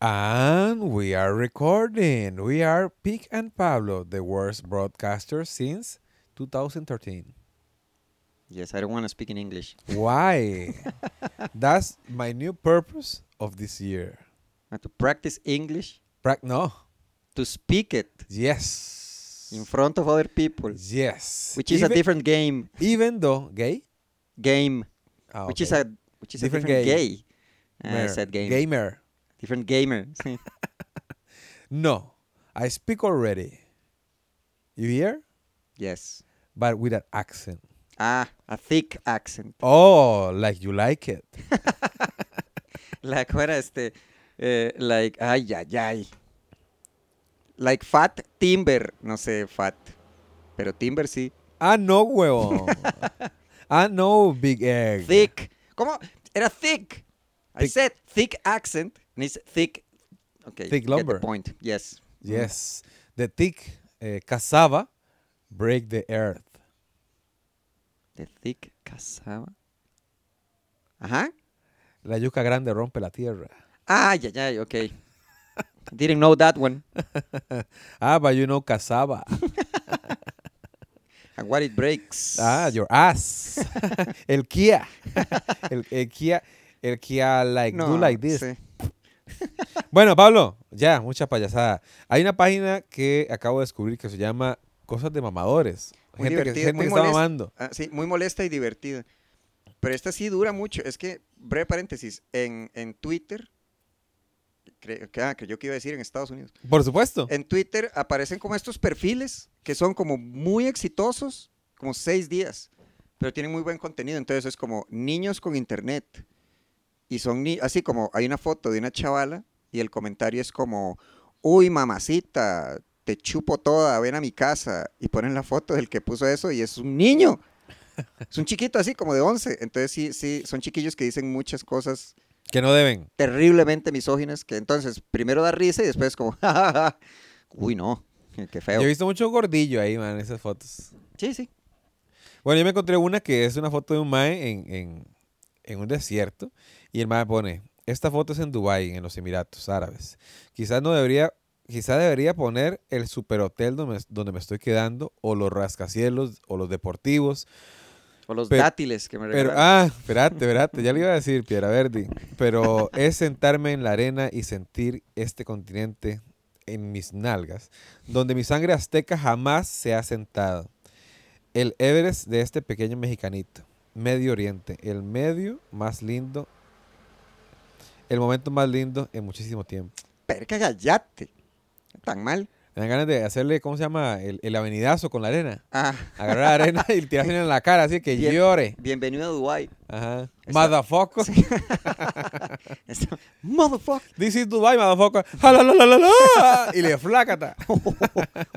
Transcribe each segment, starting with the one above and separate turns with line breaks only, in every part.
And we are recording. We are Pick and Pablo, the worst broadcaster since 2013.
Yes, I don't want to speak in English.
Why? That's my new purpose of this year.
And to practice English,
Prac- no.
to speak it
Yes.
in front of other people,
Yes.
which is
even,
a different game.
Even though gay,
Game,
Ah,
which is
okay.
a which is
Different
a different
game.
gay. Uh, I
Mer-
said game.
Gamer.
Different gamer.
No, I speak already. You hear?
yes.
But with an accent.
Ah, a thick accent.
Oh, like you like it.
Like what este, eh, like ay ay ay. Like fat timber, no sé fat, pero timber sí.
Ah, no, huevón. ah, no, big egg.
Thick. ¿Cómo? Era thick. I
Thick.
said thick accent. And it's thick. Okay.
Thick
get the
lumber.
point. Yes.
Yes. The thick uh, cassava break the earth.
The thick cassava. Ajá.
La yuca grande rompe la tierra.
Ah, yeah, yeah. Okay. Didn't know that one.
Ah, but you know cassava.
And what it breaks.
ah, your ass. el Kia. el, el Kia. El Kia like do like this.
sí.
Bueno, Pablo, ya, mucha payasada. Hay una página que acabo de descubrir que se llama Cosas de Mamadores.
Muy
gente que,
divertida,
gente
muy
que está
molesta.
mamando.
Ah, sí, muy molesta y divertida. Pero esta sí dura mucho. Es que, breve paréntesis, en, en Twitter, creo que, ah, que yo que iba a decir en Estados Unidos.
Por supuesto.
En Twitter aparecen como estos perfiles que son como muy exitosos, como seis días, pero tienen muy buen contenido. Entonces es como niños con internet. Y son ni- así como hay una foto de una chavala y el comentario es como, uy, mamacita, te chupo toda, ven a mi casa. Y ponen la foto del que puso eso y es un niño. Es un chiquito así como de 11. Entonces sí, sí, son chiquillos que dicen muchas cosas
Que no deben.
terriblemente misóginas que entonces primero da risa y después como, "Ja, ja, ja". uy, no, qué
Yo he
feo.
visto mucho gordillo ahí, man, en esas fotos.
Sí, sí.
Bueno, yo me encontré una que es una foto de un mae en, en- en un desierto y el mae pone, esta foto es en Dubái, en los Emiratos Árabes. Quizás no debería, quizás debería poner el superhotel donde, me- donde me estoy quedando o los rascacielos o los deportivos
O los
Pero-
dátiles que me
Pero,
regalaron.
ah, espérate, espérate, ya le iba a decir, Piedra Verde. Pero es sentarme en la arena y sentir este continente en mis nalgas, donde mi sangre azteca jamás se ha sentado. El Everest de este pequeño mexicanito, Medio Oriente, el medio más lindo, el momento más lindo en muchísimo tiempo.
Perca gallate. Tan mal.
Me dan ganas de hacerle, ¿cómo se llama? El, el avenidazo con la arena.
Ah,
Agarrar la arena y tirársela en la cara, así que
Bien.
llore.
bienvenido a Dubai.
Ajá.
Está-
Motherfucker.
Este, Motherfucker.
This is Dubai, motherfucker. Ja, la, la, la, la, la. Y le flácata.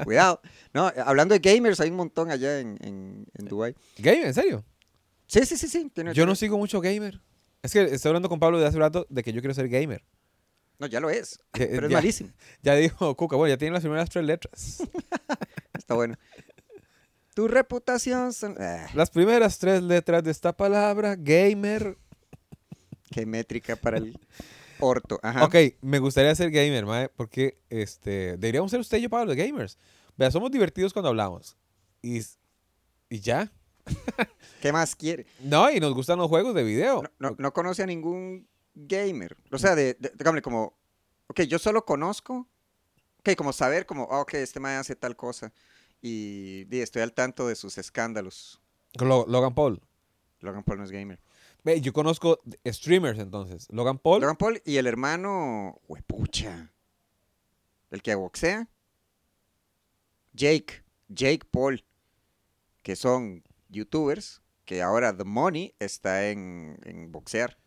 Cuidado. No, eh, hablando de gamers, hay un montón allá en, en, en Dubai.
¿Gamer? ¿En serio?
Sí, sí, sí, sí. tiene-
Yo no sigo mucho gamer. Es que estoy hablando con Pablo de hace rato de que yo quiero ser gamer.
No, ya lo es.
Ya-
Pero es
ya.
malísimo.
Ya dijo Cuca, bueno, ya tiene las primeras tres letras.
Está bueno. Tu reputación son... Ah,
Las primeras tres letras de esta palabra, gamer.
qué métrica para el orto. Ajá.
Ok, me gustaría ser gamer, mae, porque este, deberíamos ser usted y yo, Pablo, gamers. Vea, somos divertidos cuando hablamos. Y, y ya.
¿Qué más quiere?
No, y nos gustan los juegos de video.
no, no- no conoce a ningún gamer. O sea, de, de- dígame, como, ok, yo solo conozco, ok, como saber, como, ah, ok, este man hace tal cosa. Y, di, estoy al tanto de sus escándalos.
Lo- Logan Paul.
Logan Paul no es gamer.
Ve, yo conozco streamers entonces. Logan Paul.
Logan Paul y el hermano, huepucha, el que boxea, Jake, Jake Paul, que son youtubers, que ahora The Money está en, en boxear.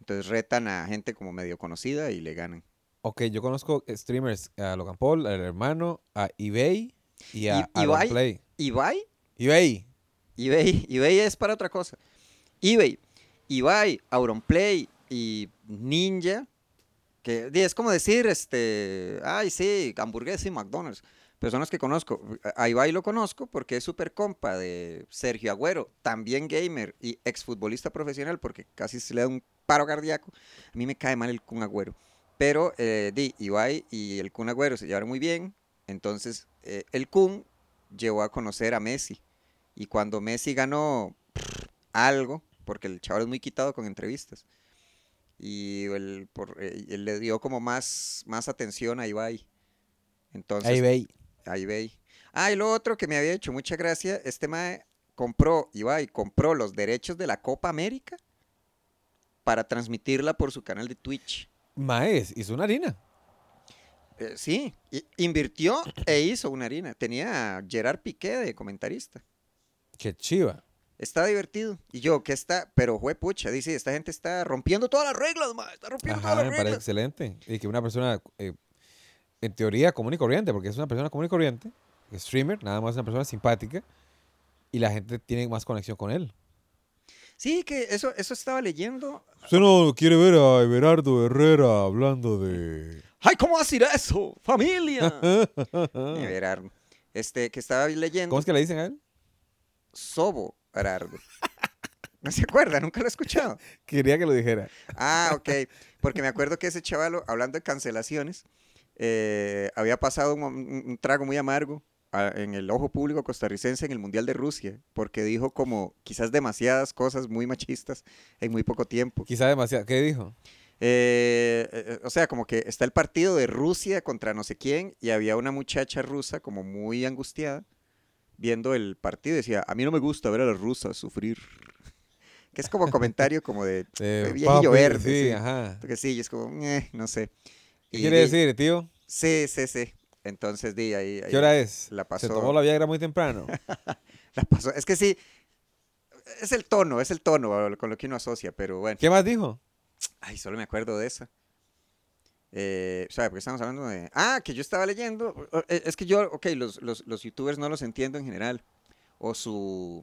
Entonces retan a gente como medio conocida y le ganan.
Ok, yo conozco streamers a Logan Paul, al hermano, a eBay y a
Y-
Aaron
Ibai.
Play.
Ibai,
eBay.
eBay, eBay es para otra cosa. eBay, Ibai, Auronplay y Ninja, que di, es como decir, este, ay, sí, hamburguesa y McDonald's, pero son los que conozco. A Ibai lo conozco porque es súper compa de Sergio Agüero, también gamer y exfutbolista profesional porque casi se le da un paro cardíaco. A mí me cae mal el Kun Agüero. Pero eh, di, Ibai y el Kun Agüero se llevaron muy bien. Entonces, eh, el Kun llevó a conocer a Messi. Y cuando Messi ganó pff, algo, porque el chaval es muy quitado con entrevistas, y él, por- eh, él le dio como más, más atención a Ibai. Entonces,
Ahí ve.
Ahí ve. Ah, y lo otro que me había hecho mucha gracia, este mae compró, Ibai, compró los derechos de la Copa América para transmitirla por su canal de Twitch.
Maes, hizo una harina.
Eh, sí, i- invirtió e hizo una harina. Tenía a Gerard Piqué de comentarista.
Qué chiva.
Está divertido. Y yo, que está? Pero fue pucha, dice, esta gente está rompiendo todas las reglas, mae, está rompiendo
Ajá,
todas
me
las
parece
reglas.
excelente. Y que una persona, eh, en teoría, común y corriente, porque es una persona común y corriente, streamer, nada más una persona simpática, y la gente tiene más conexión con él.
Sí, que eso, eso estaba leyendo.
Usted no quiere ver a Everardo Herrera hablando de...
¡Ay, cómo decir eso! ¡Familia! Gerard, Este, que estaba leyendo.
¿Cómo es que le dicen a él?
Sobo Arardo. ¿No se acuerda? Nunca lo he escuchado.
Quería que lo dijera.
Ah, ok. Porque me acuerdo que ese chavalo, hablando de cancelaciones, eh, había pasado un, un- un trago muy amargo a- en el ojo público costarricense en el Mundial de Rusia, porque dijo como quizás demasiadas cosas muy machistas en muy poco tiempo.
Quizá demasiado. ¿Qué dijo?
Eh, eh, eh, o sea, como que está el partido de Rusia contra no sé quién y había una muchacha rusa como muy angustiada viendo el partido y decía, a mí no me gusta ver a las rusas sufrir. Que es como comentario como de...
Eh,
viejillo verde,
Sí,
sí.
ajá.
Que sí, y es como, "Eh, no sé.
¿Qué
Y
quiere
di-
decir, tío?
Sí, sí, sí. Entonces di ahí... ahí
¿Qué hora es?
La
Se
pasó,
tomó la Viagra muy temprano.
la pasó. Es que sí, es el tono, es el tono con lo que uno asocia, pero bueno.
¿Qué más dijo?
Ay, solo me acuerdo de esa. Eh, o sea, porque estamos hablando de... Ah, que yo estaba leyendo. o- o- eh, Es que yo, ok, los, los- los youtubers no los entiendo en general. O su...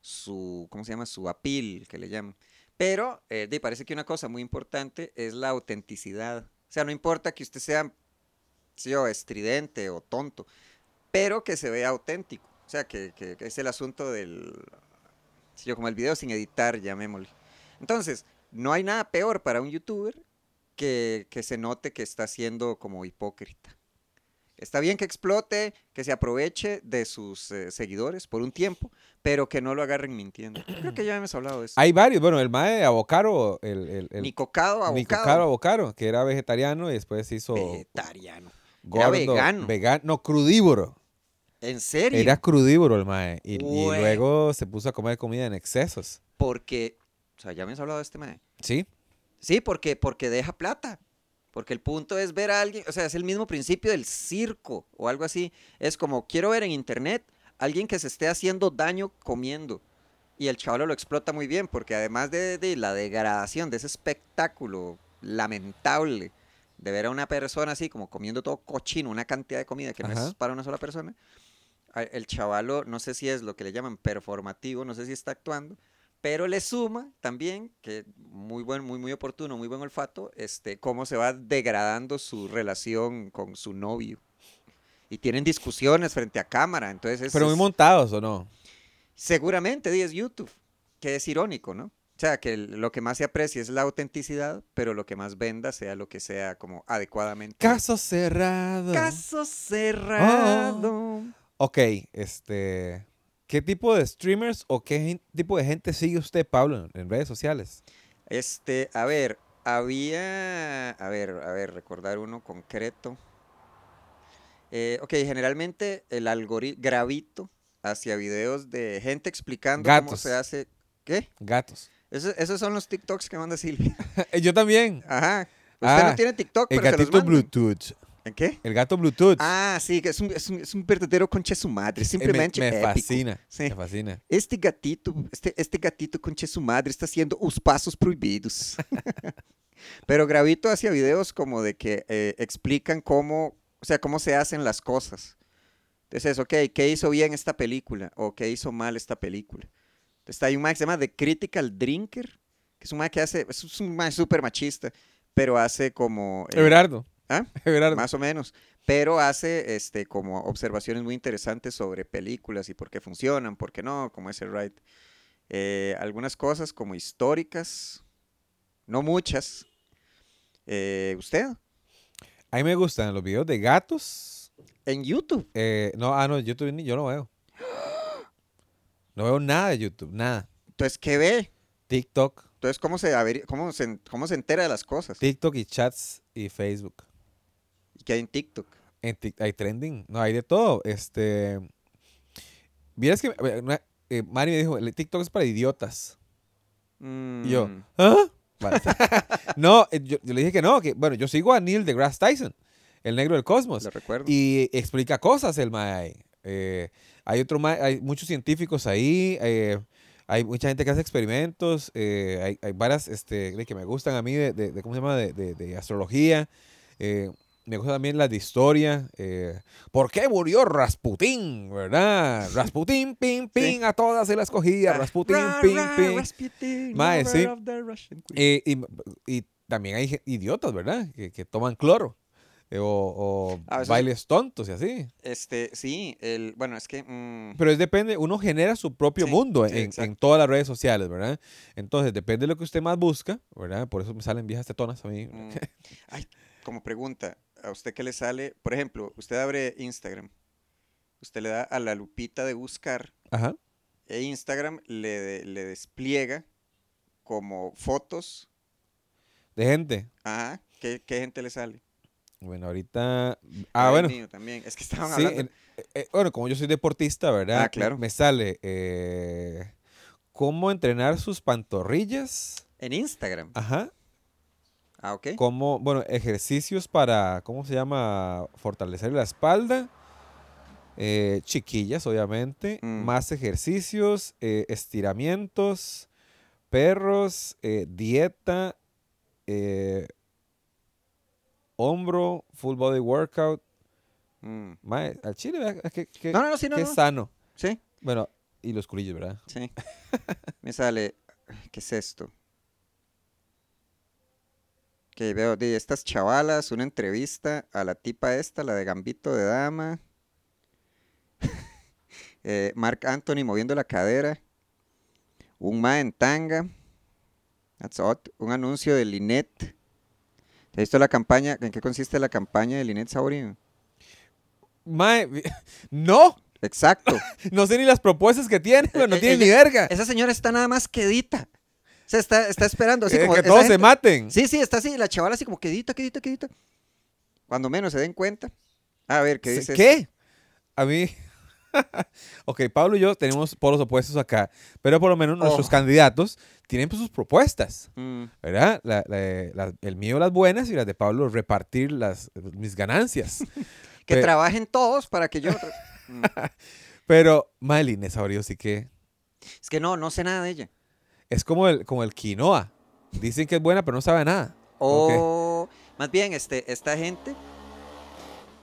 su ¿Cómo se llama? Su apil, que le llaman. Pero, eh, di, parece que una cosa muy importante es la autenticidad. O sea, no importa que usted sea, sé yo, estridente o tonto, pero que se vea auténtico. O sea, que, que- que es el asunto del... sé yo, como el video sin editar, llamémosle. Entonces, no hay nada peor para un youtuber que, que se note que está siendo como hipócrita. Está bien que explote, que se aproveche de sus eh, seguidores por un tiempo, pero que no lo agarren mintiendo. Creo que ya hemos hablado de eso.
Hay varios. Bueno, el mae de Avocaro, el, el, el
Ni cocado a
Nico
bocado.
Caro Avocaro, que era vegetariano y después se hizo
Vegetariano.
gordo,
vegano.
vegan- no, crudívoro.
¿En serio?
Era crudívoro el mae. Y, y
Güey.
luego se puso a comer comida en excesos.
Porque, o sea, ya me has hablado de este mae.
Sí,
Sí, porque, porque deja plata. Porque el punto es ver a alguien, o sea, es el mismo principio del circo o algo así. Es como, quiero ver en internet a alguien que se esté haciendo daño comiendo. Y el chaval lo explota muy bien, porque además de, de la degradación de ese espectáculo lamentable de ver a una persona así, como comiendo todo cochino, una cantidad de comida que no
Ajá.
es para una sola persona, a- el chavalo, no sé si es lo que le llaman performativo, no sé si está actuando, pero le suma también, que muy buen, muy, muy oportuno, muy buen olfato, este, cómo se va degradando su relación con su novio. Y tienen discusiones frente a cámara, entonces es-
pero muy
es-
montados, ¿o no?
seguramente di, es YouTube, que es irónico, ¿no? O sea, que el- lo que más se aprecia es la autenticidad, pero lo que más venda sea lo que sea como adecuadamente.
Caso Ah. cerrado.
Caso cerrado.
Ok, este. ¿Qué tipo de streamers o qué gen- tipo de gente sigue usted, Pablo, en- en redes sociales?
Este, a ver, había, a ver, a ver, recordar uno concreto. Eh, ok, generalmente el algoritmo gravito hacia videos de gente explicando cómo
Gatos.
se hace. ¿Qué?
Gatos.
Eso- esos son los TikToks que manda Silvia.
Yo también.
Ajá. Usted
Ah,
no tiene TikTok,
El
pero se los
gatito
mandan.
Bluetooth.
¿En qué?
El gato Bluetooth.
Ah, sí, que es un, es un, es un verdadero conche su madre.
Eh, me-
Simplemente
me,
épico.
fascina.
Sí.
Me fascina.
Este gatito, este, este gatito conche su madre está haciendo os pasos prohibidos. Pero Gravito hacía videos como de que eh, explican cómo, o sea, cómo se hacen las cosas. Entonces, ok, ¿qué hizo bien esta película? ¿O qué hizo mal esta película? Entonces, hay un man que se llama The Critical Drinker, que es un man que hace, es un man súper machista, pero hace como... eh,
Everardo.
¿Ah?
Everardo.
más o menos. Pero hace este, como observaciones muy interesantes sobre películas y por qué funcionan, por qué no, como ese Wright. Eh, algunas cosas como históricas, no muchas. Eh, ¿Usted?
A mí me gustan los videos de gatos.
En YouTube.
eh, no, ah, no, YouTube ni- yo no veo. No veo nada de YouTube, nada.
Entonces, ¿qué ve?
TikTok,
Entonces, ¿cómo se, averi- cómo se, cómo se entera de las cosas
TikTok y chats y Facebook.
que hay en TikTok?
En Tik- hay trending, no, hay de todo. Este. Vieras que. eh, una- eh, Mari me dijo: "El TikTok es para idiotas. Y yo,
Mm,
¿ah? Vale. no, eh, yo, yo le dije que no, que bueno, yo sigo a Neil deGrasse Tyson, el negro del cosmos.
Lo recuerdo.
Y explica cosas el mae. ahí. Eh, hay otro mae- hay muchos científicos ahí, eh, hay mucha gente que hace experimentos, eh, hay, hay varias este, de que me gustan a mí de, de- de- ¿cómo se llama? De, de- de astrología. eh, me gustan también las de historia. eh, ¿Por qué murió Rasputín? ¿Verdad? Rasputín, pim, pim, a todas se las cogía.
Ah,
Rasputín,
ra,
pim,
ra,
pim.
Rasputin,
Mae,
lover
sí.
of the Russian queen.
Eh, y, y también hay ge- idiotas, ¿verdad? Que, que toman cloro. eh, o o
Ah, eso sí.
bailes tontos y así.
Este, sí, el, bueno, es que... mm,
Pero es depende, uno genera su propio
Sí,
mundo
sí,
en, en
exacto.
todas las redes sociales, ¿verdad? Entonces, depende de lo que usted más busca, ¿verdad? Por eso me salen viejas tetonas a mí.
Mm. Ay, como pregunta, ¿a usted qué le sale? Por ejemplo, usted abre Instagram, usted le da a la lupita de buscar
Ajá.
e Instagram le, de- le despliega como fotos.
De gente.
Ajá, ¿qué, qué gente le sale?
Bueno, ahorita. Ah,
Ay,
bueno.
mío, también, es que estaban
sí,
hablando.
en- eh, eh, bueno, como yo soy deportista, ¿verdad?
Ah,
Me-
claro.
Me sale. eh, ¿Cómo entrenar sus pantorrillas?
En Instagram.
Ajá.
Ah, ok.
Como, bueno, ejercicios para, ¿cómo se llama? Fortalecer la espalda. eh, chiquillas, obviamente.
Mm.
Más ejercicios, eh, estiramientos, perros, eh, dieta, eh, hombro, full body workout.
Mm.
Mae, al chile, vea, es que, que-
No, no, no, sí, no,
que
no.
sano.
Sí,
Bueno, y los culillos, ¿verdad?
sí. Me sale, ¿qué es esto? Que veo de estas chavalas, una entrevista a la tipa esta, la de Gambito de Dama. eh, Mark Anthony moviendo la cadera. Un ma en tanga. That's odd. Un anuncio de Linet. ¿Has visto la campaña? ¿En qué consiste la campaña de Linet Saurino?
Mae, vi- no,
Exacto.
no sé ni las propuestas que tiene,
Eh,
güey, no
eh,
tiene ni
ella-
verga.
Esa señora está nada más quedita. O sea, está, está esperando. Así
Eh,
como
que
esa
todos se
gente-
maten.
Sí, sí, está así. La chavala así como quedita, quedita, quedita. Cuando menos se den cuenta. A ver, ¿qué
Se-
dices?
¿Qué? A mí. ok, Pablo y yo tenemos polos opuestos acá, pero por lo menos nuestros
Oh.
candidatos tienen pues, sus propuestas,
Mm,
¿verdad? La- la- la- el mío las buenas y las de Pablo repartir las, mis ganancias.
que
Pe-
trabajen todos para que yo... Mm.
pero Madeline Saurio sí que
Es que no, no sé nada de ella.
es como el, como el quinoa. Dicen que es buena, pero no sabe a nada. Ok.
O más bien, este, esta gente,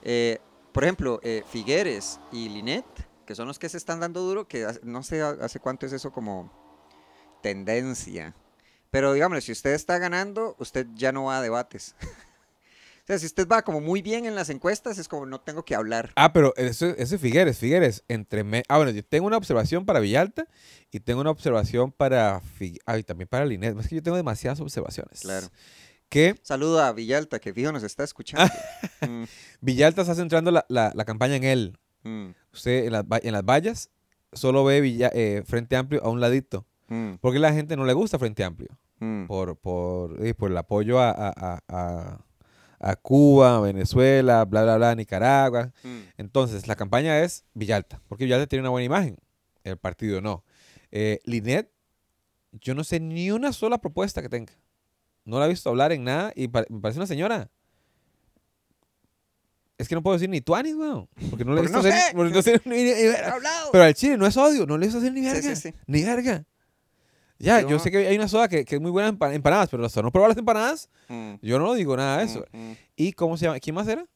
eh, por ejemplo, eh, Figueres y Linet, que son los que se están dando duro, que hace- no sé a- hace cuánto es eso como tendencia. Pero digámosle, si usted está ganando, usted ya no va a debates. o sea, si usted va como muy bien en las encuestas, es como no tengo que hablar.
Ah, pero eso, eso es Figueres, Figueres. Entre me- ah, bueno, yo tengo una observación para Villalta y tengo una observación para Figue- ah, y también para Linet. Es que yo tengo demasiadas observaciones.
Claro.
Que
Saludo a Villalta, que fijo nos está escuchando. Mm,
Villalta está centrando la, la- la campaña en él.
mm,
Usted en las, va- en las vallas solo ve Villa- eh, Frente Amplio a un ladito.
mm,
Porque la gente no le gusta Frente Amplio.
mm.
Por, por, eh, por el apoyo a, a- a- a- a Cuba, Venezuela, bla, bla, bla, Nicaragua.
Mm.
Entonces, la campaña es Villalta, porque Villalta tiene una buena imagen, el partido no. Eh, Linet, yo no sé ni una sola propuesta que tenga. No la he visto hablar en nada y pa- me parece una señora. Es que no puedo decir ni Tuanis, weón. Porque no le he
Porque
visto
no
hacer-
sé.
porque no sé ni- ni- ni verga.
Hablado.
Pero al chile no es odio, no le he visto hacer ni
Sí,
verga.
sí, sí.
Ni verga. Ya, yo,
Yo-
sé que hay una soda que, que es muy buena en empa- empanadas, pero hasta no probar las empanadas,
Mm,
yo no digo nada de Ah, eso.
mm, mm.
¿Y cómo se llama? ¿Quién más era?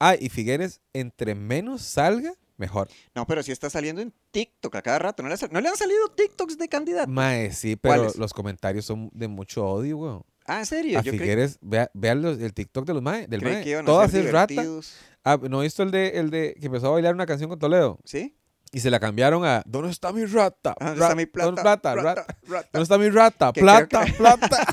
Ah, y Figueres, entre menos salga, mejor.
No, pero sí está saliendo en TikTok a cada rato. ¿No le, ha sal- no le han salido TikToks de candidato?
Mae, sí, pero
¿Cuáles?
los comentarios son de mucho odio, weón.
Ah, ¿en serio?
A
Yo creí,
Figueres, vea- vean los- el TikTok de los mae, del
creí
mae.
que iban a
Todas
ser
es rata.
divertidos.
Ah, ¿no visto el de, el de que empezó a bailar una canción con Toledo?
¿Sí?
Y se la cambiaron a ¿Dónde está mi rata?
Ah, ¿dónde
Ra-
está mi plata?
¿Dónde, plata,
Rata,
rata?
rata.
¿Dónde está mi rata?
Que creo
Plata, plata.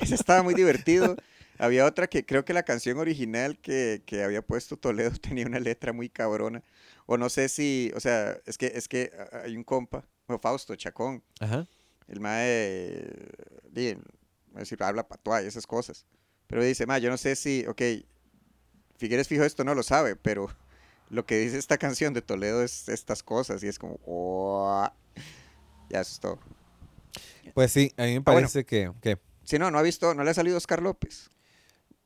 Ese estaba muy divertido. Había otra que creo que la canción original que, que había puesto Toledo tenía una letra muy cabrona. O no sé si, o sea, es que, es que ah, hay un compa, o Fausto Chacón,
Ajá.
el mae, di, es decir, habla patuá y esas cosas. Pero dice, ma, yo no sé si, ok, Figueres Fijo esto no lo sabe, pero lo que dice esta canción de Toledo es estas cosas y es como, "Oh". ya eso es todo.
Pues sí, a mí me
Ah, bueno.
parece que, que...
Si no, no ha visto, no le ha salido Oscar López.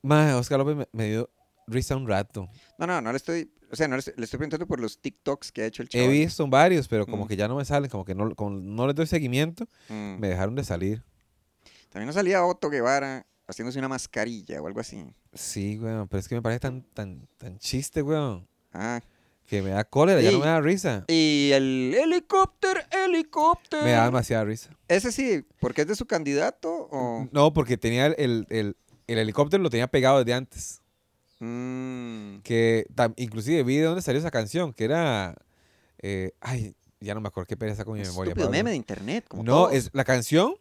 Mae, Oscar López me, me dio risa un rato.
No, no, no le estoy, o sea, no le estoy, le estoy preguntando por los TikToks que ha hecho el
He
chaval.
visto varios, pero como
Mm.
que ya no me salen, como que no, como no les doy seguimiento,
Mm.
me dejaron de salir.
También nos salía Otto Guevara haciéndose una mascarilla o algo así.
Sí, weón, pero es que me parece tan, tan, tan chiste, weón,
Ah,
que me da cólera, ya no
Sí.
me da risa.
Y el helicóptero, helicóptero.
Me da demasiada risa.
Ese sí, porque es de su candidato o...
No, porque tenía el, el- el- el helicóptero lo tenía pegado desde antes.
Mm,
Que tam- inclusive vi de dónde salió esa canción, que era... eh, ay, ya no me acuerdo qué pereza con mi memoria.
estúpido
Pablo.
meme de internet, como
No,
todos.
es, la canción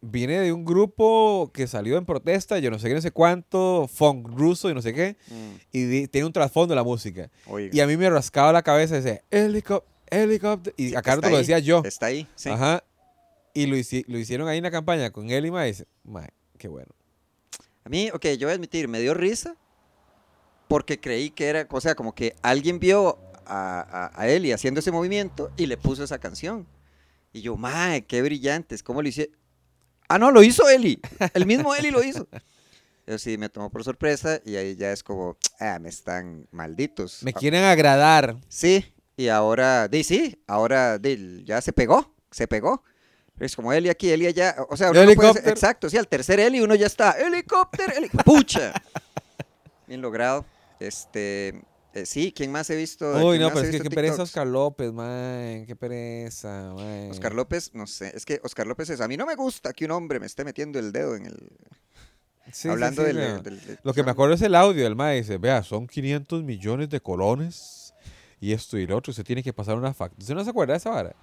viene de un grupo que salió en protesta, yo no sé qué, no sé cuánto, funk ruso y no sé qué,
Mm,
y di- tiene un trasfondo la música.
oiga,
Y a mí me rascaba la cabeza y decía, helicóptero, helicóptero, y
Sí,
a Carlos
está
lo
ahí,
decía yo.
Está ahí, sí.
Ajá. Y lo, hici- lo hicieron ahí en la campaña con él y Mae, y dice, "Mae, qué bueno.
A mí, ok, yo voy a admitir, me dio risa porque creí que era, o sea, como que alguien vio a, a, a Eli haciendo ese movimiento y le puso esa canción. Y yo, mae, qué brillantes, ¿cómo lo hicieron? Ah, no, lo hizo Eli, el mismo Eli lo hizo. Yo sí, me tomó por sorpresa y ahí ya es como, ah, me están malditos.
Me
Ah,
quieren agradar.
Sí, y ahora, di, sí, ahora di, ya se pegó, se pegó. Es como Eli aquí, Eli allá, o sea, uno no puede ser-
Helicóptero.
exacto, sí, al tercer Eli uno ya está, helicóptero, heli- pucha. Bien logrado, este, eh, sí, ¿quién más he visto?
Uy,
¿Quién
no,
más
pero
he
es que
visto
qué pereza
TikToks?
Oscar López, man. Qué pereza, man.
Oscar López, no sé, es que Oscar López es, a mí no me gusta que un hombre me esté metiendo el dedo en el,
Sí, sí,
hablando
sí,
del,
weón.
del- del-
Lo que me acuerdo es el audio del mae dice, vea, son 500 millones de colones y esto y lo otro, se tiene que pasar una factura. ¿Usted no se acuerda de esa vara?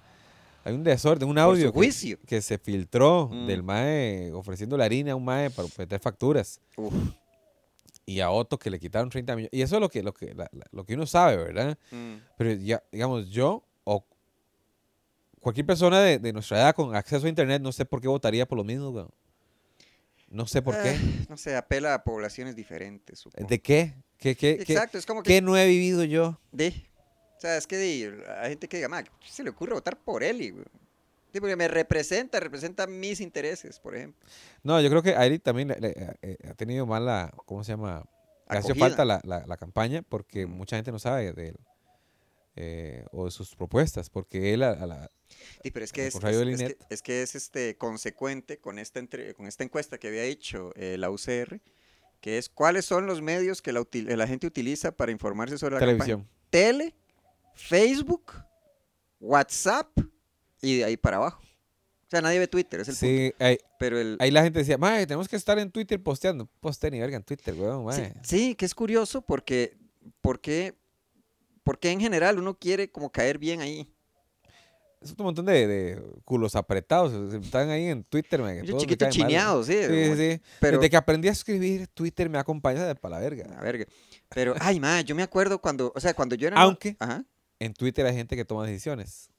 Hay un desorden, un
por
audio
su juicio.
que, que se filtró
Mm.
del mae ofreciendo la harina a un mae para meter facturas
Uf,
y a Otto que le quitaron 30 millones. Y eso es lo que, lo que, la- la- lo que uno sabe, ¿verdad?
mm,
Pero ya, digamos, yo o cualquier persona de, de nuestra edad con acceso a internet, no sé por qué votaría por lo mismo, weón. No sé por qué.
eh, no sé, apela a poblaciones diferentes, supongo.
¿De qué? ¿Qué, qué, qué-
Exacto, es como que
qué no he vivido yo?
De. O sea, es que de, hay gente que diga, "Ma, ¿qué se le ocurre votar por Eli, güey? Sí, porque me representa, representa mis intereses, por ejemplo.
No, yo creo que a Eric también le- le- eh, eh, ha tenido mala, ¿cómo se llama? Le ha hecho
Acogida.
falta la, la- la campaña porque
Mm.
mucha gente no sabe de él eh, o de sus propuestas, porque él a, a la...
Sí, pero es que
Al
es, es,
contrario de
es que,
Linet.
es que es, este consecuente con esta entre- con esta encuesta que había hecho eh, la UCR, que es cuáles son los medios que la, util- la gente utiliza para informarse sobre la campaña?
televisión.
Tele, Facebook, WhatsApp y de ahí para abajo. O sea, nadie ve Twitter, es el punto.
Sí, ahí,
Pero el,
ahí la gente decía, mae, tenemos que estar en Twitter posteando. Poste ni verga en Twitter, weón,
Sí,
mae.
sí, que es curioso porque, porque, porque en general uno quiere como caer bien ahí.
Es un montón de, de culos apretados, se- se están ahí en Twitter, mae, que
Yo
todos me
chiquito
caen mal, weón.
chineado, sí.
Sí,
como-
sí, sí.
Pero,
Desde que aprendí a escribir, Twitter me acompaña de pa' la verga.
la verga. Pero, ay, ma, yo me acuerdo cuando, o sea, cuando yo era... no-
Aunque
Ajá.
en Twitter hay gente que toma decisiones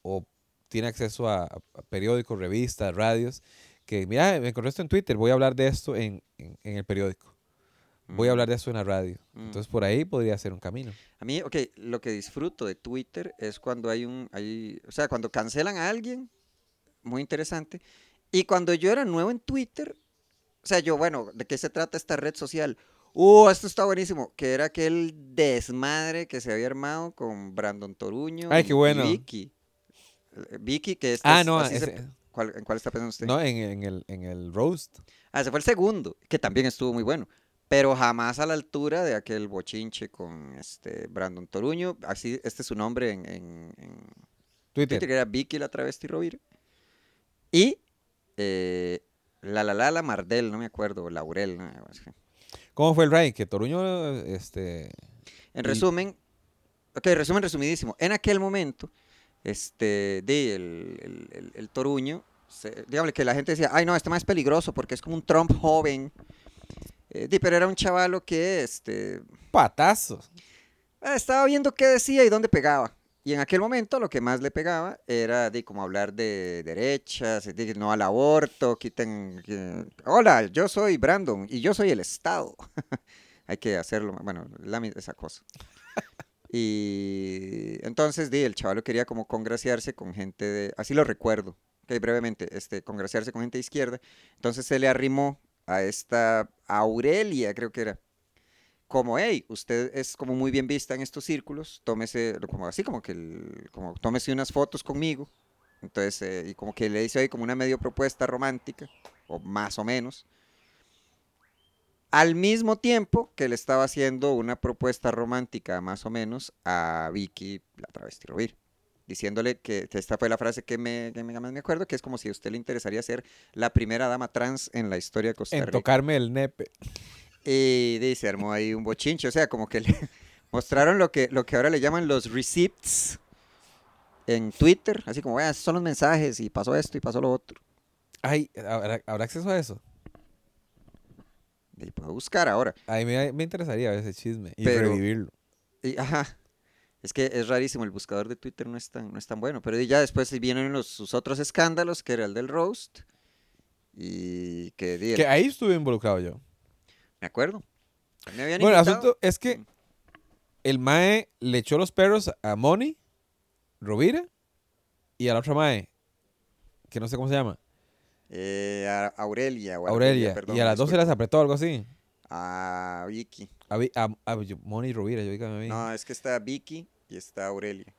o tiene acceso a, a- a periódicos, revistas, radios, que mira, me encontré esto en Twitter, voy a hablar de esto en, en- en el periódico, voy a hablar de esto en la radio.
Mm.
Entonces por ahí podría ser un camino.
A mí, ok, lo que disfruto de Twitter es cuando hay un, hay, o sea, cuando cancelan a alguien, muy interesante. Y cuando yo era nuevo en Twitter, o sea, yo, bueno, ¿de qué se trata esta red social? Uh, esto está buenísimo, que era aquel desmadre que se había armado con Brandon Toruño
Ay, qué
y
bueno.
Vicky. Eh, Vicky, que este
ah,
es-
no,
así se-
ese-
¿cuál- ¿en cuál está pensando usted?
no en, en el, en el roast.
Ah, se fue el segundo, que también estuvo muy bueno. Pero jamás a la altura de aquel bochinche con este Brandon Toruño. Así, este es su nombre en, en- en
Twitter.
Twitter, que era Vicky la travesti Rovira. Y eh, la la la la Mardel, no me acuerdo, Laurel. no me acuerdo.
¿Cómo fue el ride? Que Toruño, este...
En
Y-
resumen, ok, resumen resumidísimo. En aquel momento, este, de el, el- el- el Toruño, se- dígame que la gente decía, ay no, este más es peligroso porque es como un Trump joven. Eh, di, pero era un chavalo que este,
Patazos.
Ah, Estaba viendo qué decía y dónde pegaba. Y en aquel momento lo que más le pegaba era de como hablar de derechas, de no al aborto, quiten... que- Hola, yo soy Brandon y yo soy el Estado. Hay que hacerlo, bueno, la mi- esa cosa. Y entonces di, el chaval quería como congraciarse con gente de... Así lo recuerdo, que brevemente, este, congraciarse con gente de izquierda. Entonces se le arrimó a esta Aurelia, creo que era como, hey, usted es como muy bien vista en estos círculos, tómese, lo- como así, como que, el- como tómese unas fotos conmigo. Entonces, eh, y como que le hizo ahí como una medio propuesta romántica, o más o menos. Al mismo tiempo que le estaba haciendo una propuesta romántica, más o menos, a Vicky, la travesti Rovira. Diciéndole que, que esta fue la frase que me, que me, más me acuerdo, que es como si a usted le interesaría ser la primera dama trans en la historia de Costa
En
Rica.
tocarme el nepe.
Y dice, armó ahí un bochinche, o sea, como que le mostraron lo que, lo que ahora le llaman los receipts en Twitter, así como, "Vea, estos son los mensajes y pasó esto y pasó lo otro.
Ay, ¿habrá, habrá acceso a eso?
Y puedo buscar ahora.
Ay, me, me interesaría ver ese chisme y
Pero-
revivirlo.
Y, ajá, es que es rarísimo, el buscador de Twitter no es tan, no es tan bueno, pero y ya después sí vienen los, sus otros escándalos, que era el del roast, y que, di, el-
Que ahí estuve involucrado yo.
me acuerdo. Me habían
Bueno, el
invitado.
asunto es que el Mae le echó los perros a Moni, Rovira y a la otra Mae, que no sé cómo se llama,
Eh, a Aurelia. o
Aurelia.
perdón,
y a las dos se
disculpe.
las apretó algo así.
A Vicky.
A, Vi- a- a yo- Moni y Rovira, yo dígame a mí.
No, es que está Vicky y está Aurelia.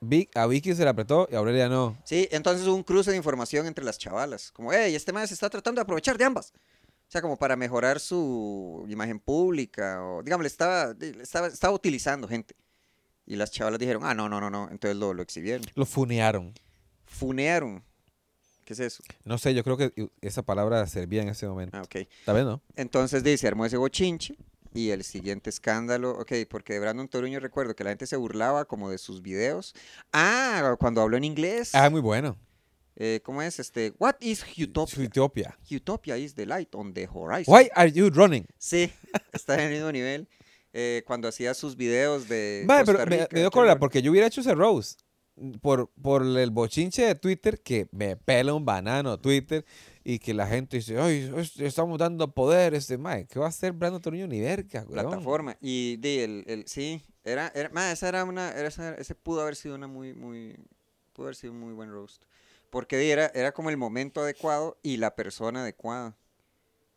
Vic- a Vicky se la apretó y a Aurelia no.
Sí, entonces hubo un cruce de información entre las chavalas. Como, hey, este man se está tratando de aprovechar de ambas. O sea, como para mejorar su imagen pública. O, digamos, le estaba, le estaba, estaba utilizando gente. Y las chavalas dijeron, ah, no, no, no, no. Entonces lo, lo exhibieron.
Lo funearon.
Funearon. ¿Qué es eso?
No sé, yo creo que esa palabra servía en ese momento.
Ah, ok.
Tal vez no.
Entonces dice, armó ese bochinche. Y el siguiente escándalo, ok, porque de Brandon Toruño recuerdo que la gente se burlaba como de sus videos. Ah, cuando habló en inglés.
Ah, muy bueno.
Eh, ¿Cómo es? Este, what is Utopia?
Utopia.
Utopia is the light on the horizon.
Why are you running?
Sí, está en el mismo nivel. Eh, cuando hacía sus videos de.
Mae,
Costa
pero me,
Rica,
me dio
qué
cólera
bueno.
porque yo hubiera hecho ese Rose por, por el bochinche de Twitter que me pela un banano Twitter y que la gente dice, ay, es- estamos dando poder. Este, mae, ¿qué va a hacer Brando Toruño ni verga, weón?"
Plataforma. Y di, el, el- sí, era. era ma, esa era una. era esa- ese pudo haber sido una muy. muy pudo haber sido un muy buen roast. Porque di, era, era como el momento adecuado y la persona adecuada.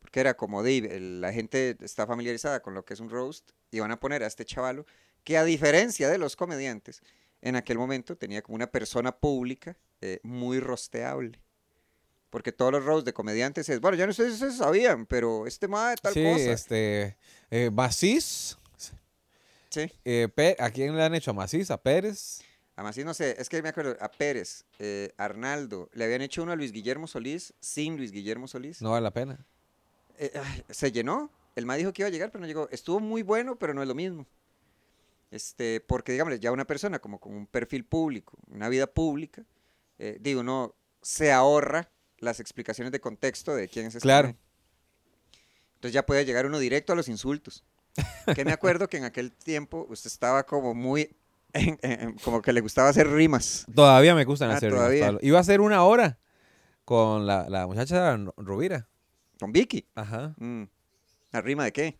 Porque era como di, el- la gente está familiarizada con lo que es un roast y van a poner a este chavalo que a diferencia de los comediantes, en aquel momento tenía como una persona pública eh, muy rosteable. Porque todos los roasts de comediantes es, bueno, ya no sé si ustedes sabían, pero este madre tal
sí,
cosa.
este, eh, Macís,
Sí.
eh, Pe- ¿a quién le han hecho? ¿A Macís? ¿A Pérez?
Además, sí, no sé, es que me acuerdo, a Pérez, eh, Arnaldo, le habían hecho uno a Luis Guillermo Solís, sin Luis Guillermo Solís.
No vale la pena.
Eh, ay, se llenó, el más dijo que iba a llegar, pero no llegó. Estuvo muy bueno, pero no es lo mismo. Este, porque, digamos, ya una persona como con un perfil público, una vida pública, eh, digo, no, se ahorra las explicaciones de contexto de quién es este
Claro.
man. Entonces ya puede llegar uno directo a los insultos. Que me acuerdo que en aquel tiempo usted estaba como muy, en- en- en- como que le gustaba hacer rimas.
Todavía me gustan
Ah,
hacer
todavía.
Pablo. Iba a ser una hora con la, la muchacha Ro- Rovira.
Con Vicky.
Ajá.
Mm. ¿La rima de qué?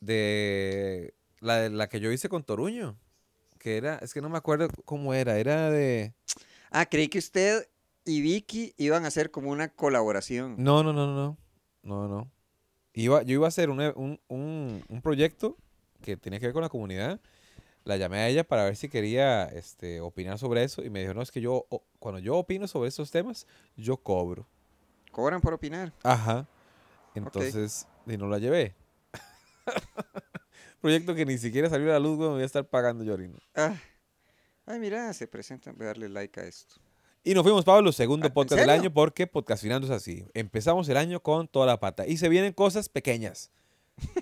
de la, de- la que yo hice con Toruño. Que era, es que no me acuerdo cómo era, era de...
Ah, creí que usted y Vicky iban a hacer como una colaboración.
No, no, no, no, no, no. Iba, yo iba a hacer un, e- un, un- un proyecto que tenía que ver con la comunidad. La llamé a ella para ver si quería este, opinar sobre eso y me dijo, no, es que yo, o- cuando yo opino sobre estos temas, yo cobro.
Cobran por opinar.
Ajá. Entonces, y no la llevé. proyecto que ni siquiera salió a la luz, güey, me voy a estar pagando yo ahorita.
Ah. Ay, mira, se presentan. Voy a darle like a esto.
Y nos fuimos, Pablo, segundo
Ah, ¿en
podcast del
serio?
año, porque Podcastinando es así. Empezamos el año con toda la pata. Y se vienen cosas pequeñas,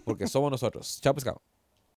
porque somos nosotros. Chao, pescado.